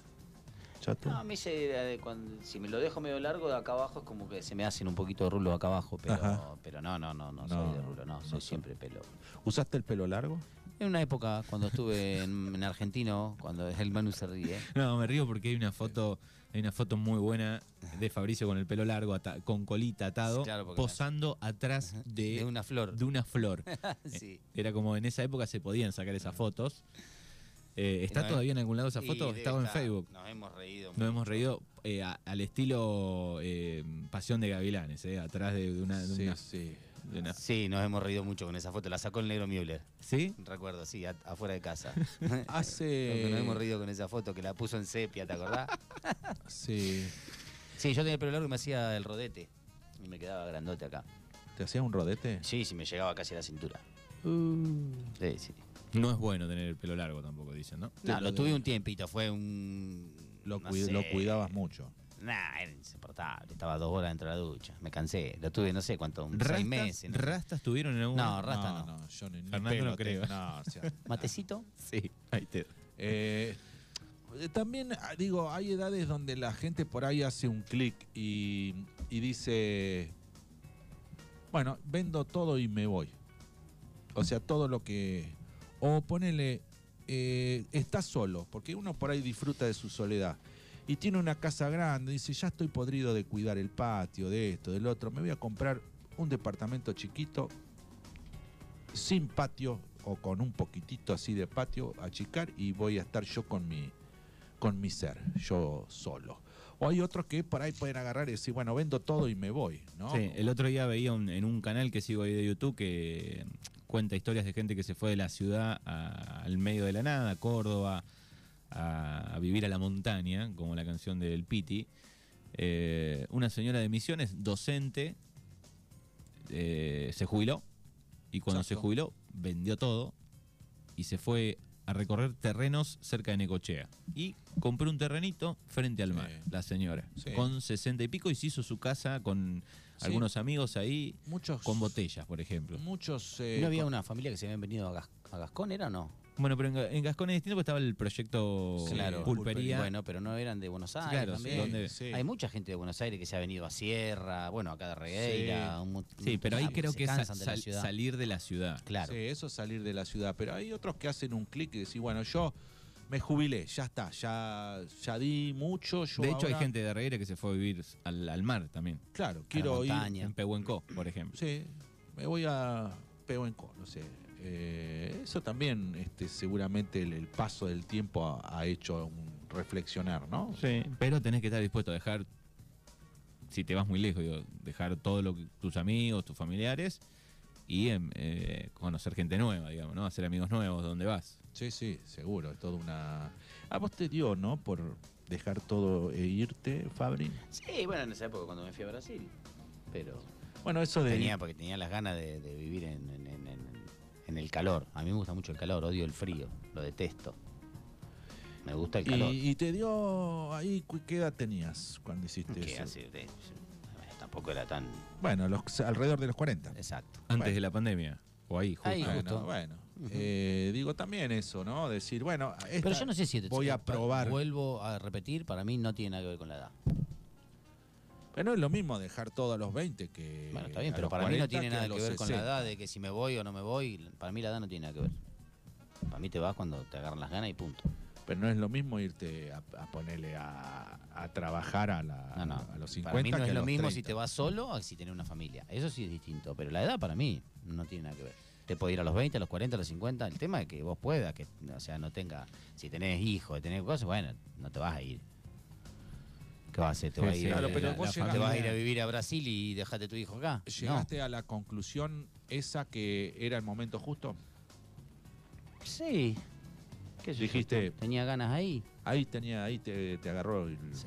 A: chato?
B: No, a mí se- eh, cuando- si me lo dejo medio largo de acá abajo es como que se me hacen un poquito de rulo acá abajo,
A: Ajá.
B: pero, pero no, no, no, no,
A: No,
B: soy de rulo, no, soy
A: no soy.
B: siempre pelo.
A: ¿Usaste el pelo largo?
B: En una época, cuando estuve en, en Argentino, cuando el Manu se ríe,
C: No, me río porque hay una foto, hay una foto muy buena de Fabricio con el pelo largo, ata- con colita atado,
B: Claro, porque-
C: posando atrás de,
B: de una flor.
C: de una
B: [LAUGHS]
C: flor.
B: Sí.
C: Era como en esa época se podían sacar esas fotos. Eh, ¿Está
B: no, eh.
C: todavía en algún lado esa
B: Y
C: foto?
B: debe
C: Estaba en
B: estar.
C: Facebook.
B: Nos hemos reído.
C: Nos
B: mucho.
C: hemos reído eh, a- al estilo eh, Pasión de Gavilanes, eh, atrás de, de una... de
A: sí,
C: una-
A: sí.
C: de una-
B: Sí, nos hemos reído mucho con esa foto. La sacó el negro Müller.
C: ¿Sí?
B: Recuerdo, sí, a- afuera de casa.
A: Hace...
B: Cuando nos hemos reído con esa foto que la puso en sepia, ¿te acordás?
A: Sí.
B: sí, yo tenía el pelo largo y me hacía el rodete. Y me quedaba grandote acá.
A: ¿Te hacías un rodete?
B: Sí, sí, me llegaba casi a la cintura. Sí, sí.
C: Uh. No es bueno tener el pelo largo tampoco, dicen, ¿no?
B: No, lo tuve un tiempito, fue un,
A: lo,
B: No
A: cui-
B: sé.
A: lo cuidabas mucho.
B: Nah, era insoportable. Estaba dos horas dentro de la ducha. Me cansé. Lo tuve, no sé cuánto, un
C: ¿Rastas,
B: seis meses. ¿no?
C: ¿Rastas tuvieron en algún
B: No, ra- Rasta
A: no,
B: no.
A: yo ni, ni
C: Fernando
A: pelo
C: no creo.
A: tengo, no, o sea,
B: ¿Matecito?
C: Sí, ahí te.
A: Eh, también ah, digo, hay edades donde la gente por ahí hace un clic y, y dice, bueno, vendo todo y me voy. O sea, todo lo que... O ponele, eh, está solo, porque uno por ahí disfruta de su soledad. Y tiene una casa grande, dice, ya estoy podrido de cuidar el patio, de esto, del otro, me voy a comprar un departamento chiquito sin patio o con un poquitito así de patio, achicar y voy a estar yo con mi, con mi ser, yo solo. O hay otros que por ahí pueden agarrar y decir, bueno, vendo todo y me voy, ¿no?
C: Sí, el otro día veía un- en un canal que sigo ahí de YouTube que mm, cuenta historias de gente que se fue de la ciudad a- al medio de la nada, a Córdoba, a, a vivir a la montaña, como la canción del Piti. Eh, una señora de Misiones, docente, eh, se jubiló y cuando se
A: Exacto.
C: jubiló vendió todo y se fue a recorrer terrenos cerca de Necochea. Y compró un terrenito frente al mar,
A: Sí.
C: la señora,
A: Sí.
C: con 60 y pico y se hizo su casa con
A: Sí.
C: algunos amigos ahí
A: Muchos...
C: con botellas, por ejemplo.
A: Muchos... eh,
B: ¿No había
A: con-
B: una familia que se habían venido a, Gas- a Gascón, era o no?
C: Bueno, pero en, Ga- en Gascón es distinto porque estaba el proyecto
A: Sí,
C: claro,
A: Claro.
C: Pulpería.
B: Bueno, pero no eran de Buenos Aires
C: Claro,
B: también.
C: sí, donde-
A: sí.
B: Hay mucha gente de Buenos Aires que se ha venido a Sierra, bueno, acá de Regueira. un mon-
C: sí, pero ahí
B: ah,
C: creo
B: se
C: que es
B: cansan de la
C: sal-
B: ciudad.
C: salir de la ciudad.
B: Claro.
A: Sí, eso es salir de la ciudad. Pero hay otros que hacen un clic y decir, bueno, yo me jubilé, ya está, ya, ya di mucho. Yo
C: De hecho, hay
A: ahora-
C: gente de Reguera que se fue a vivir al, al mar también.
A: Claro, quiero ir
B: montaña.
C: En Pehuenco, por ejemplo.
A: Sí, me voy a Pehuenco, no sé. Eh, eso también, este, seguramente el, el paso del tiempo ha, ha hecho un reflexionar, ¿no?
C: Sí, pero tenés que estar dispuesto a dejar, si te vas muy lejos, digo, dejar todo lo que tus amigos, tus familiares y em, eh, conocer gente nueva, digamos, ¿no? Hacer amigos nuevos donde vas.
A: Sí, sí, seguro, es toda una... A vos te dio, ¿no? Por dejar todo e irte, Fabri.
B: Sí, bueno, en esa época cuando me fui a Brasil. Pero
A: Bueno, eso de...
B: tenía, porque tenía las ganas de, de vivir en, en- en- en- en el calor. A mí me gusta mucho el calor, odio el frío, lo detesto. Me gusta el calor.
A: y, y te dio ahí, cu- ¿qué edad tenías cuando hiciste
B: ¿Qué
A: eso?
B: hace? De- bueno, tampoco era tan
A: Bueno, los, alrededor de los 40.
B: exacto.
C: Antes
A: Bueno.
C: de la pandemia. O ahí, justo.
B: Ahí,
A: bueno,
B: justo.
A: bueno. Eh, digo también eso, ¿no? Decir, bueno, esta-
B: Pero yo no sé si
A: voy a probar.
B: Vuelvo a repetir, para mí no tiene nada que ver con la edad.
A: Pero no es lo mismo dejar todo a los 20 que.
B: Bueno, está bien,
A: a
B: pero
A: los
B: para mí no
A: 40
B: tiene
A: a
B: nada que
A: los
B: ver con la
A: 60.
B: edad, de que si me voy o no me voy, para mí la edad no tiene nada que ver. Para mí te vas cuando te agarran las ganas y punto.
A: Pero no es lo mismo irte a, a ponerle a, a trabajar a, la-
B: No, no.
A: a los 50.
B: Para mí no
A: que
B: es
A: a
B: lo
A: los
B: mismo si
A: 30.
B: te vas solo a si tenés una familia. Eso sí es distinto, pero la edad para mí no tiene nada que ver. Te puede ir a los 20, a los 40, a los 50. El tema es que vos puedas, que o sea, no tenga, si tenés hijos, tenés cosas, bueno, no te vas a ir. ¿Qué vas a hacer? Te
C: Sí,
B: vas a ir,
C: sí,
B: a-
A: claro, pero
B: la-
A: vos
B: la
A: llegas-
B: te vas a ir a vivir a Brasil y dejate tu hijo acá. No.
A: ¿Llegaste a la conclusión esa que era el momento justo?
B: Sí. ¿Qué sé yo?
A: Dijiste-
B: Tenía ganas ahí.
A: Ahí tenía, ahí te, te agarró. el-
B: Sí.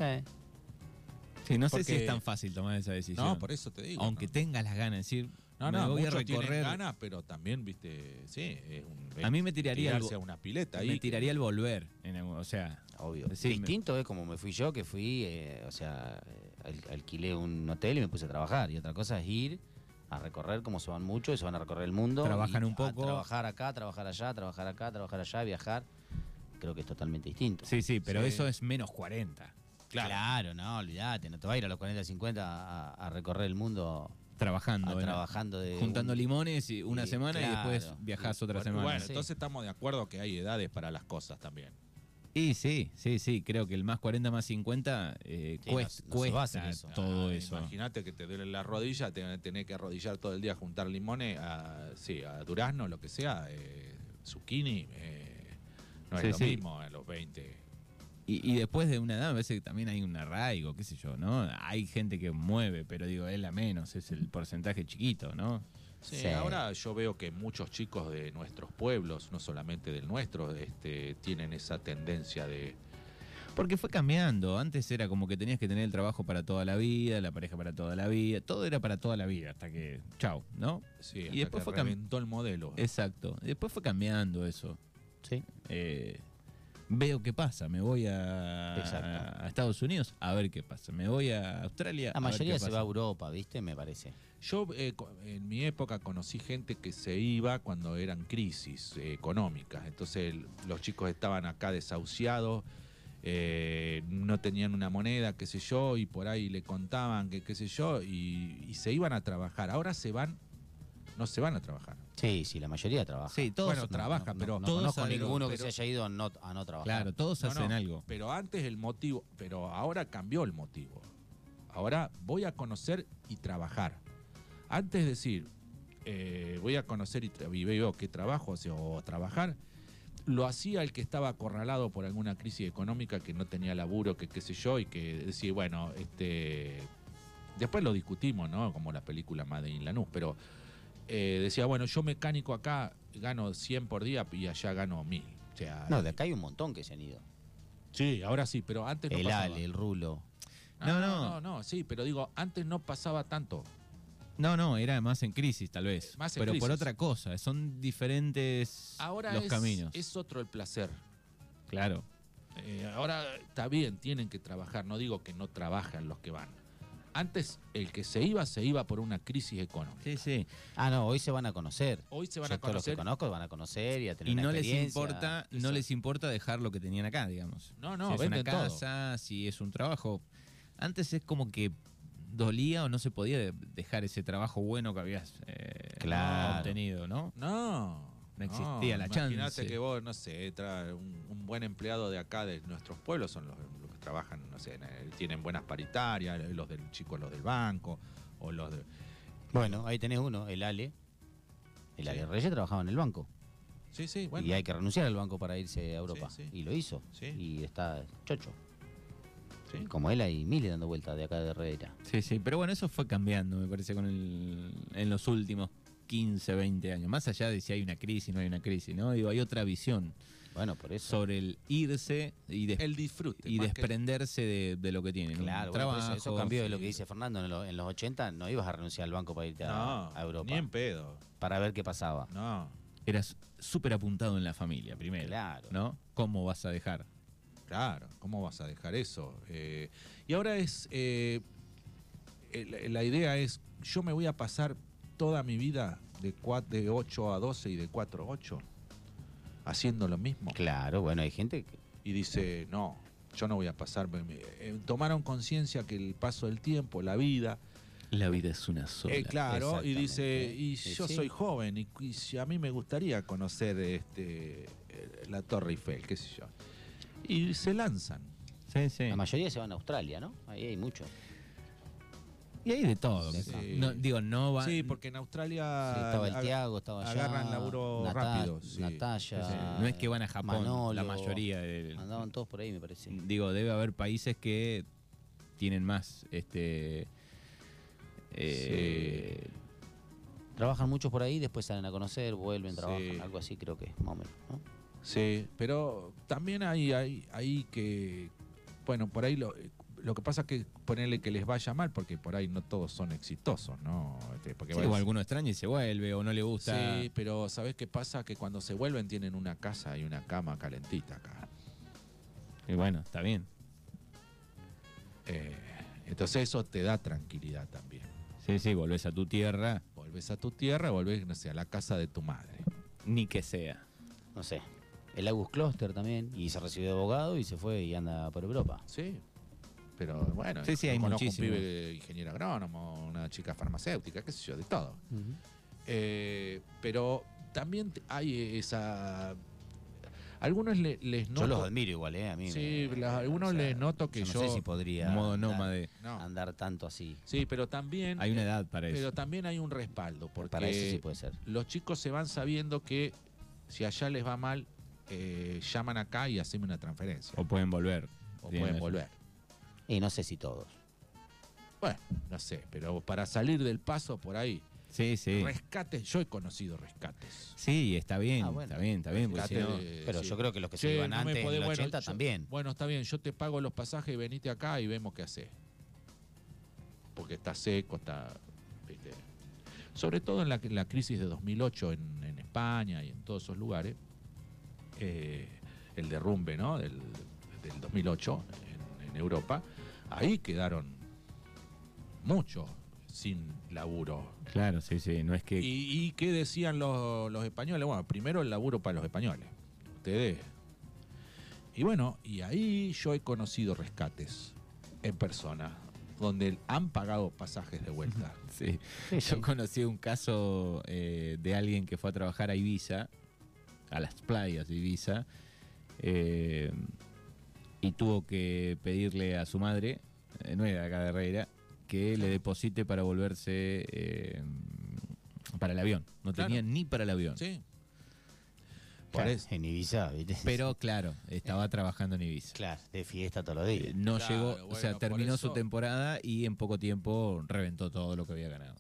C: Sí, no sé si
A: Porque-
C: es tan fácil tomar esa decisión.
A: No, por eso te digo.
C: Aunque
A: no.
C: tengas las ganas, es decir,
A: No,
C: me
A: no,
C: voy a
A: muchos tienen
C: recorrer.
A: ganas, pero también, viste, sí. es un-
C: a mí me tiraría el,
A: tirarse a una pileta ahí.
C: me tiraría el volver. en algún- o sea,
B: Obvio.
C: Decime.
B: Distinto es como me fui yo, que fui, eh, o sea, eh, al- alquilé un hotel y me puse a trabajar. Y otra cosa es ir a recorrer, como se van mucho, y se van a recorrer el mundo.
C: Trabajan
B: y
C: un
B: a
C: poco.
B: trabajar acá, trabajar allá, trabajar acá, trabajar allá, viajar. Creo que es totalmente distinto.
C: sí, sí, pero
A: Sí.
C: eso es menos 40.
B: Claro, no, olvídate, no te vas a ir a los 40, 50 a, a recorrer el mundo
C: Trabajando.
B: a,
C: ¿no?
B: trabajando
A: eh,
B: de.
C: Juntando
B: un-
C: limones y una
B: y-
C: semana
B: claro.
C: y después viajas otra
A: Bueno,
C: semana.
A: bueno,
B: Sí.
A: entonces estamos de acuerdo que hay edades para las cosas también.
C: Y sí, sí, sí, creo que el más 40 más 50 eh,
B: Sí,
C: cues-
B: no- no se va a hacer
C: cuesta
B: eso.
C: todo
A: Ah,
C: eso.
A: Imagínate que te duelen las rodillas, te- tenés que arrodillar todo el día, juntar limones, a, sí, a durazno, lo que sea, eh, zucchini, eh, no
C: Sí,
A: es lo
C: sí.
A: mismo a los 20.
C: Y, y después de una edad, me parece que también hay un arraigo, qué sé yo, ¿no? Hay gente que mueve, pero digo, es la menos, es el porcentaje chiquito, ¿no?
A: Sí,
B: Sí.
A: Ahora yo veo que muchos chicos de nuestros pueblos, no solamente del nuestro, este, tienen esa tendencia de...
C: Porque fue cambiando. Antes era como que tenías que tener el trabajo para toda la vida, la pareja para toda la vida, todo era para toda la vida, hasta que, chao, ¿no?
A: Sí,
C: Y
A: hasta
C: después
A: que
C: fue cam-
A: reventó el modelo.
C: Exacto. Después fue cambiando eso.
B: Sí.
C: Eh, veo qué pasa. Me voy a,
B: Exacto.
C: a Estados Unidos a ver qué pasa. Me voy a Australia.
B: La
C: a ver
B: mayoría
C: qué
B: se
C: pasa.
B: va a Europa, ¿viste? Me parece.
A: Yo eh, co- en mi época conocí gente que se iba cuando eran crisis eh, económicas. Entonces el- los chicos estaban acá desahuciados, eh, no tenían una moneda, qué sé yo, y por ahí le contaban que qué sé yo, y, y se iban a trabajar. Ahora se van, no se van a trabajar.
B: Sí, sí, la mayoría trabaja.
C: Sí, todos.
A: Bueno, trabaja,
B: no,
A: pero
B: no
C: todos
B: conozco a
C: saben-
B: ninguno que
A: pero-
B: se haya ido a no, a no trabajar.
C: Claro, todos
A: No,
C: hacen
A: no,
C: algo.
A: Pero antes el motivo, pero ahora cambió el motivo. Ahora voy a conocer y trabajar. Antes decir, eh, voy a conocer y, tra- y veo qué trabajo o, sea, o trabajar, lo hacía el que estaba acorralado por alguna crisis económica, que no tenía laburo, que qué sé yo, y que decía, bueno, este después lo discutimos, ¿no? Como la película Madre in Lanús, pero eh, decía, bueno, yo mecánico acá gano 100 por día y allá gano 1000. O sea,
B: No, de acá hay un montón que se han ido.
A: Sí, ahora sí, pero antes no
B: el
A: pasaba.
B: Ale, el Rulo.
A: Ah,
C: No,
A: no,
C: no.
A: no, no, sí, pero digo, antes no pasaba tanto.
C: No, no, era más en crisis tal vez.
A: Eh, más en
C: pero por
A: crisis.
C: otra cosa, son diferentes
A: Ahora
C: los
A: es,
C: caminos.
A: es otro el placer.
C: Claro.
A: Eh, ahora está bien, tienen que trabajar, no digo que no trabajan los que van. Antes el que se iba se iba por una crisis económica.
C: Sí, sí.
B: Ah, no, hoy se van a conocer.
A: Hoy se van
B: Yo
A: a
B: todos los que
A: conocer.
B: conozco van a conocer y a tener
C: Y
B: una
C: no les
B: experiencia.
C: importa, no les importa dejar lo que tenían acá, digamos.
A: No, no,
C: si es una
A: venden todo.
C: casa, si es un trabajo. Antes es como que dolía o no se podía de- dejar ese trabajo bueno que habías eh,
B: Claro.
C: obtenido, ¿no?
A: No.
C: No existía la chance.
A: Imagínate que vos, no sé, tra- un, un buen empleado de acá, de nuestros pueblos, son los, los que trabajan, no sé, en el- tienen buenas paritarias, los del chico, los del banco, o los de.
B: Bueno, ahí tenés uno, el Ale. El Ale Reyes trabajaba en el banco.
A: Sí, sí, bueno.
B: Y hay que renunciar al banco para irse a Europa.
A: Sí, sí.
B: Y lo hizo.
A: Sí.
B: Y está chocho.
A: sí.
B: Y como él hay miles dando vueltas de acá de Herrera.
C: Sí, sí. Pero bueno, eso fue cambiando, me parece, con el, en los últimos 15, 20 años. Más allá de si hay una crisis, no hay una crisis, ¿no? Digo, hay otra visión
B: Bueno, por eso.
C: sobre el irse y después.
A: el disfrute.
C: y
A: más que-
C: desprenderse de, de lo que tienen. un
B: Claro, bueno, por
C: trabajo,
B: eso, eso cambió de
C: sí.
B: lo que dice Fernando. En, lo- en los 80 no ibas a renunciar al banco para irte a,
A: no,
B: a Europa.
A: Ni en pedo.
B: Para ver qué pasaba.
A: No,
C: Eras súper apuntado en la familia primero.
B: Claro.
C: ¿No? ¿Cómo vas a dejar?
A: claro. ¿Cómo vas a dejar eso? Eh, y ahora es. eh, el- la idea es: yo me voy a pasar toda mi vida de, cua- de 8 a 12 y de 4 a 8 haciendo lo mismo.
B: Claro, bueno, hay gente que.
A: y dice, no, yo no voy a pasar. Me- me- eh, tomaron conciencia que el paso del tiempo, la vida,
C: La vida es una sola.
A: eh, claro, y dice,
B: exactamente.
A: y
B: Sí,
A: yo
B: sí.
A: soy joven y, y si a mí me gustaría conocer este, eh, la Torre Eiffel, qué sé yo. Y se lanzan.
C: Sí, sí.
B: La mayoría se van a Australia, ¿no? Ahí hay muchos.
C: Y hay de todo.
A: Sí.
C: No, digo, no va.
A: Sí, porque en Australia
B: Sí, estaba el
A: Ah, ag-
B: Tiago, estaba allá.
A: agarran laburo rápido, sí.
B: Natalia.
C: Sí, no es que van a Japón,
B: Manolo,
C: la mayoría. del-
B: Andaban todos por ahí, me parece.
C: Digo, debe haber países que tienen más. Este. eh,
B: Trabajan muchos por ahí, después salen a conocer, vuelven, trabajan,
A: Sí.
B: algo así creo que es, más o menos. ¿no?
A: Sí, pero también hay, hay, hay que, bueno, por ahí lo, lo que pasa es que ponerle que les vaya mal, porque por ahí no todos son exitosos, ¿no? Este, porque
C: sí,
A: bueno,
C: o alguno extraño y se vuelve, o no le gusta.
A: Sí, pero ¿sabes qué pasa? Que cuando se vuelven tienen una casa y una cama calentita acá.
C: Y bueno, está bien.
A: Eh, entonces eso te da tranquilidad también.
C: Sí, sí, volvés a tu tierra,
A: Volvés a tu tierra, volvés, no sé, a la casa de tu madre.
C: ni que sea.
B: No sé. El Agus Cluster también, y se recibió de abogado y se fue y anda por Europa.
A: Sí. Pero bueno,
C: Sí, sí, hay
A: conozco un
C: muchísimos.
A: pibe de ingeniero agrónomo, una chica farmacéutica, qué sé yo, de todo. Eh, pero también t- hay esa... Algunos le- les
B: yo
A: noto...
B: los admiro igual, ¿eh? A mí
A: Sí,
B: me-
A: la- algunos les noto que
B: No sé
A: yo-
B: si podría
C: modo
B: andar,
C: nómade.
A: No.
B: andar tanto así.
A: Sí, pero también... eh,
C: Hay una edad para
A: Pero
C: eso.
A: también hay un respaldo, porque...
B: Para eso sí puede ser.
A: los chicos se van sabiendo que si allá les va mal, eh, llaman acá y hacen una transferencia.
C: O pueden volver.
A: O
C: Bien,
A: pueden
C: eso.
A: volver.
B: Y no sé si todos.
A: Bueno, no sé, pero para salir del paso por ahí,
C: Sí, sí.
A: rescates, yo he conocido rescates.
C: Sí, está bien,
B: Ah, bueno.
C: está bien, está bien. porque si
A: Rescates
C: no-
A: de-
B: Pero
A: sí.
B: yo creo que los que se
A: Che,
B: iban
A: no me
B: antes,
A: podés-
B: en el
A: bueno,
B: 80
A: yo-
B: también.
A: Bueno, está bien, yo te pago los pasajes, venite acá y vemos qué haces. Porque está seco, está... viste. Sobre todo en la, la crisis de 2008 en, en España y en todos esos lugares, eh, el derrumbe ¿no? del, del 2008 en, en Europa, ahí quedaron muchos sin laburo.
C: Claro, sí, sí. No es que.
A: ¿Y, y qué decían los, los españoles? Bueno, primero el laburo para los españoles. Ustedes. Y bueno, y ahí yo he conocido rescates en persona, donde han pagado pasajes de vuelta.
C: Sí.
A: [LAUGHS]
C: Yo conocí un caso eh, de alguien que fue a trabajar a Ibiza, a las playas de Ibiza, eh, y tuvo que pedirle a su madre, eh, no era de acá de Herrera, que le deposite para volverse eh, para el avión. No
A: Claro.
C: tenía ni para el avión. [LAUGHS]
A: Sí. Por
B: Claro,
A: eso.
B: En Ibiza, ¿viste?
C: Pero claro, estaba trabajando en Ibiza.
B: claro, de fiesta todos los días.
C: Eh, No
A: Eh, Claro,
C: llegó, o
A: bueno,
C: sea,
A: por
C: terminó
A: eso-
C: su temporada y en poco tiempo reventó todo lo que había ganado.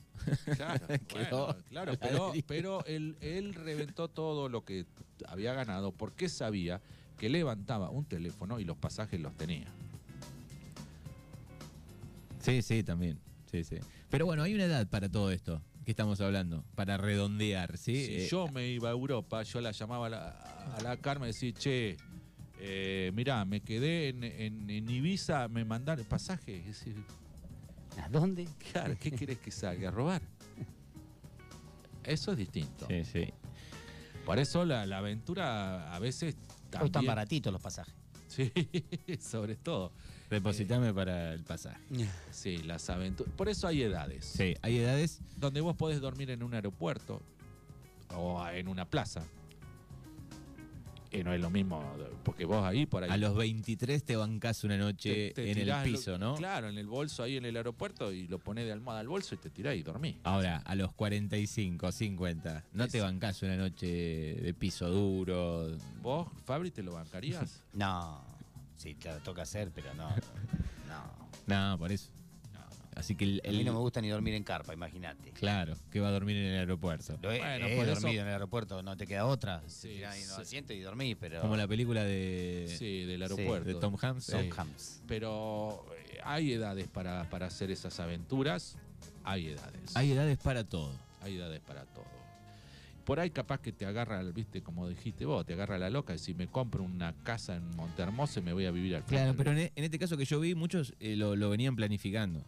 A: Claro,
C: Quedó
A: bueno, claro,
C: la
A: pero,
C: deriva.
A: pero él, él reventó todo lo que había ganado porque sabía que levantaba un teléfono y los pasajes los tenía.
C: Sí, sí, también. Sí, sí. Pero bueno, hay una edad para todo esto que estamos hablando, para redondear, ¿sí?
A: si
C: Eh,
A: yo me iba a Europa, yo la llamaba a la, a la Carmen y decía, che, eh, mirá, me quedé en, en- en Ibiza, me mandaron el pasaje. Es decir,
B: ¿A dónde?
A: claro, ¿qué querés que salga? ¿A robar? Eso es distinto.
C: Sí, sí.
A: Por eso la, la aventura a veces
B: Hoy están
A: también...
B: baratitos los pasajes.
A: Sí, [LAUGHS] sobre todo.
C: Depositame para el pasaje.
A: Sí, las aventuras. Por eso hay edades.
C: Sí, hay edades
A: Donde vos podés dormir en un aeropuerto o en una plaza. Que no es lo mismo, porque vos ahí por ahí.
C: A los 23 te bancás una noche
A: te- te
C: en el
A: tirás lo-
C: piso, ¿no?
A: Claro, en el bolso ahí en el aeropuerto y lo ponés de almohada al bolso y te tirás y dormís.
C: Ahora, a los 45, 50, no te
A: Exacto.
C: bancás una noche de piso duro.
A: ¿Vos, Fabri, te lo
C: [LAUGHS]
A: bancarías? Eh,
B: No. Sí, claro, toca hacer, pero no. No.
C: Nada, por eso. Así que el,
B: A mí
C: el-
B: no me gusta ni dormir en carpa, imagínate.
C: Claro, que va a dormir en el aeropuerto.
B: Lo he,
A: Bueno,
B: he
A: por eso-
B: dormido en el aeropuerto, no te queda otra.
A: Sí,
B: Sí, tirás ahí en
A: sí.
B: los asientos y dormís, pero.
C: Como la película de,
A: sí, del
B: sí,
A: aeropuerto.
C: de Tom Hanks.
B: Son
A: Sí.
B: hams.
A: Pero eh, hay edades para, para hacer esas aventuras. Hay edades.
C: Hay edades para todo.
A: Hay edades para todo. Por ahí capaz que te agarra, viste, como dijiste vos, te agarra la loca y si me compro una casa en Montehermoso y me voy a vivir al
C: Claro,
A: final.
C: pero en, e- en este caso que yo vi, muchos eh, lo, lo venían planificando.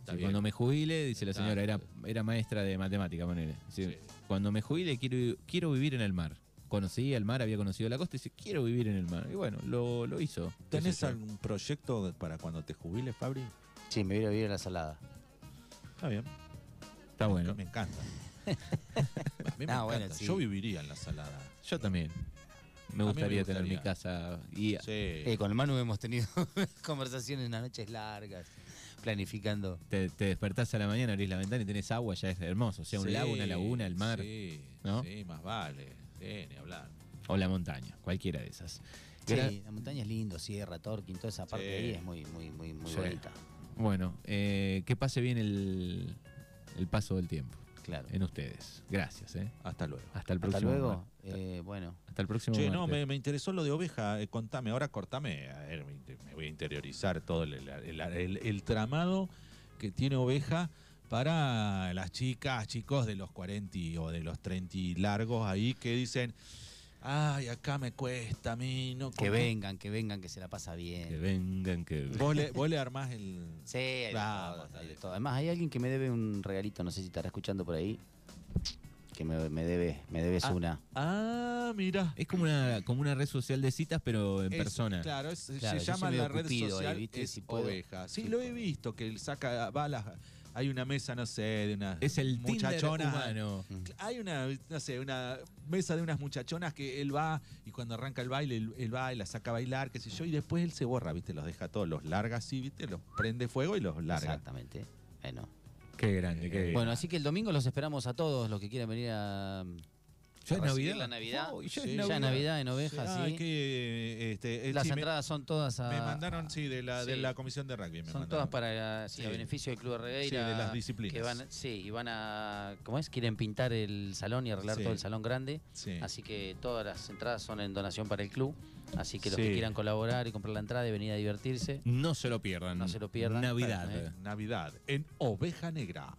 A: Está
C: Sí,
A: bien.
C: cuando me jubile, dice la
A: Está.
C: señora, era, era maestra de matemática, ponele. Sí,
A: Sí.
C: Cuando me jubile, quiero, vi- quiero vivir en el mar. Conocí el mar, había conocido la costa y dice, quiero vivir en el mar. Y bueno, lo, lo hizo. qué
D: ¿Tenés
C: sé yo.
D: algún proyecto de- para cuando te jubiles, Fabri?
B: Sí, me hubiera vivido en la salada.
D: Está bien.
C: Está bueno. Ah,
D: Me
C: [LAUGHS]
D: encanta.
A: A mí me
B: No,
A: encanta.
B: bueno, sí.
A: Yo viviría en la salada.
C: Yo también. Me
A: me
C: gustaría, tener
A: gustaría.
C: mi casa. Y
B: Eh,
A: Sí.
B: con el Manu hemos tenido [LAUGHS] conversaciones en las noches largas, planificando.
C: te, te despertás a la mañana, abrís la ventana y tenés agua, ya es hermoso. O sea, un
A: Sí,
C: lago, una laguna, el mar
A: Sí,
C: ¿no?
A: sí, más vale. Sí, ni hablar.
C: o la montaña, cualquiera de esas. Gra-
B: Sí, la montaña es lindo, Sierra, Torquín, toda esa parte
A: Sí.
B: de ahí es muy, muy, muy, muy
C: Sí.
B: bonita.
C: Bueno, eh, que pase bien el, el paso del tiempo
B: Claro.
C: en ustedes. Gracias, ¿eh?
A: Hasta luego.
C: Hasta el
B: Hasta
C: próximo.
B: luego.
C: mar-
B: eh, bueno,
C: Hasta el próximo.
D: Che, no,
C: martes.
D: me, me interesó lo de oveja. eh, contame, ahora cortame. A ver, me, inter- me voy a interiorizar todo el, el- el- el- el tramado que tiene oveja para las chicas, chicos de los 40 y- o de los 30 y largos ahí que dicen, ay, acá me cuesta a mí. No
B: que
D: como".
B: vengan, que vengan, que se la pasa
C: Que
B: bien.
C: vengan, que
D: Vos le, vos le armás el...
B: Sí, hay de
D: Vamos,
B: todo, hay
D: dale.
B: de todo. Además, hay alguien que me debe un regalito, no sé si estará escuchando por ahí. Que me, me debe, me debes
A: Ah,
B: una.
A: [LAUGHS] Ah, mira.
C: Es como una, como una red social de citas, pero en
A: Es-
C: persona.
A: Claro, es-
B: Claro,
A: se
B: yo
A: llama
B: soy medio
A: la red
B: cupido ahí,
A: social
B: ¿viste?
A: es
B: Si puedo.
A: oveja. Sí,
B: Sí,
A: lo he
B: puedo.
A: visto, que él saca balas. Hay una mesa, no sé, de unas
C: Es el
A: muchachonas.
C: Tinder humano.
B: Mm,
A: Hay una, no sé, una mesa de unas muchachonas que él va y cuando arranca el baile, él, él va y las saca a bailar, qué sé yo, y después él se borra, ¿viste? Los deja todos, los larga así, ¿viste? Los prende fuego y los larga. Eh,
B: Exactamente. Bueno.
C: Qué grande, qué
B: bueno, así que el domingo los esperamos a todos los que quieran venir a.
C: ¿Ya es
B: recibir
C: Navidad?
B: La Navidad.
C: Oh, y
A: ya
B: ya,
A: es
B: es
A: Navidad.
B: Navidad en ovejas,
A: Ah,
B: sí.
A: que, este, eh,
B: Las
A: sí, me-
B: entradas son todas a.
A: me, mandaron, sí, de la, de
B: sí.
A: la comisión de rugby. Me
B: Son
A: mandaron.
B: todas para sí, a
A: Sí.
B: beneficio del Club Herrera.
A: Sí, de las disciplinas.
B: Que van, sí, y van a. ¿Cómo es? Quieren pintar el salón y arreglar
A: Sí.
B: todo el salón grande.
A: Sí.
B: Así que todas las entradas son en donación para el club. Así que los
A: Sí.
B: que quieran colaborar y comprar la entrada y venir a divertirse.
C: No se lo pierdan.
B: No se lo pierdan.
A: ¿eh?
C: Navidad.
B: Perfecto,
A: Navidad en Oveja Negra.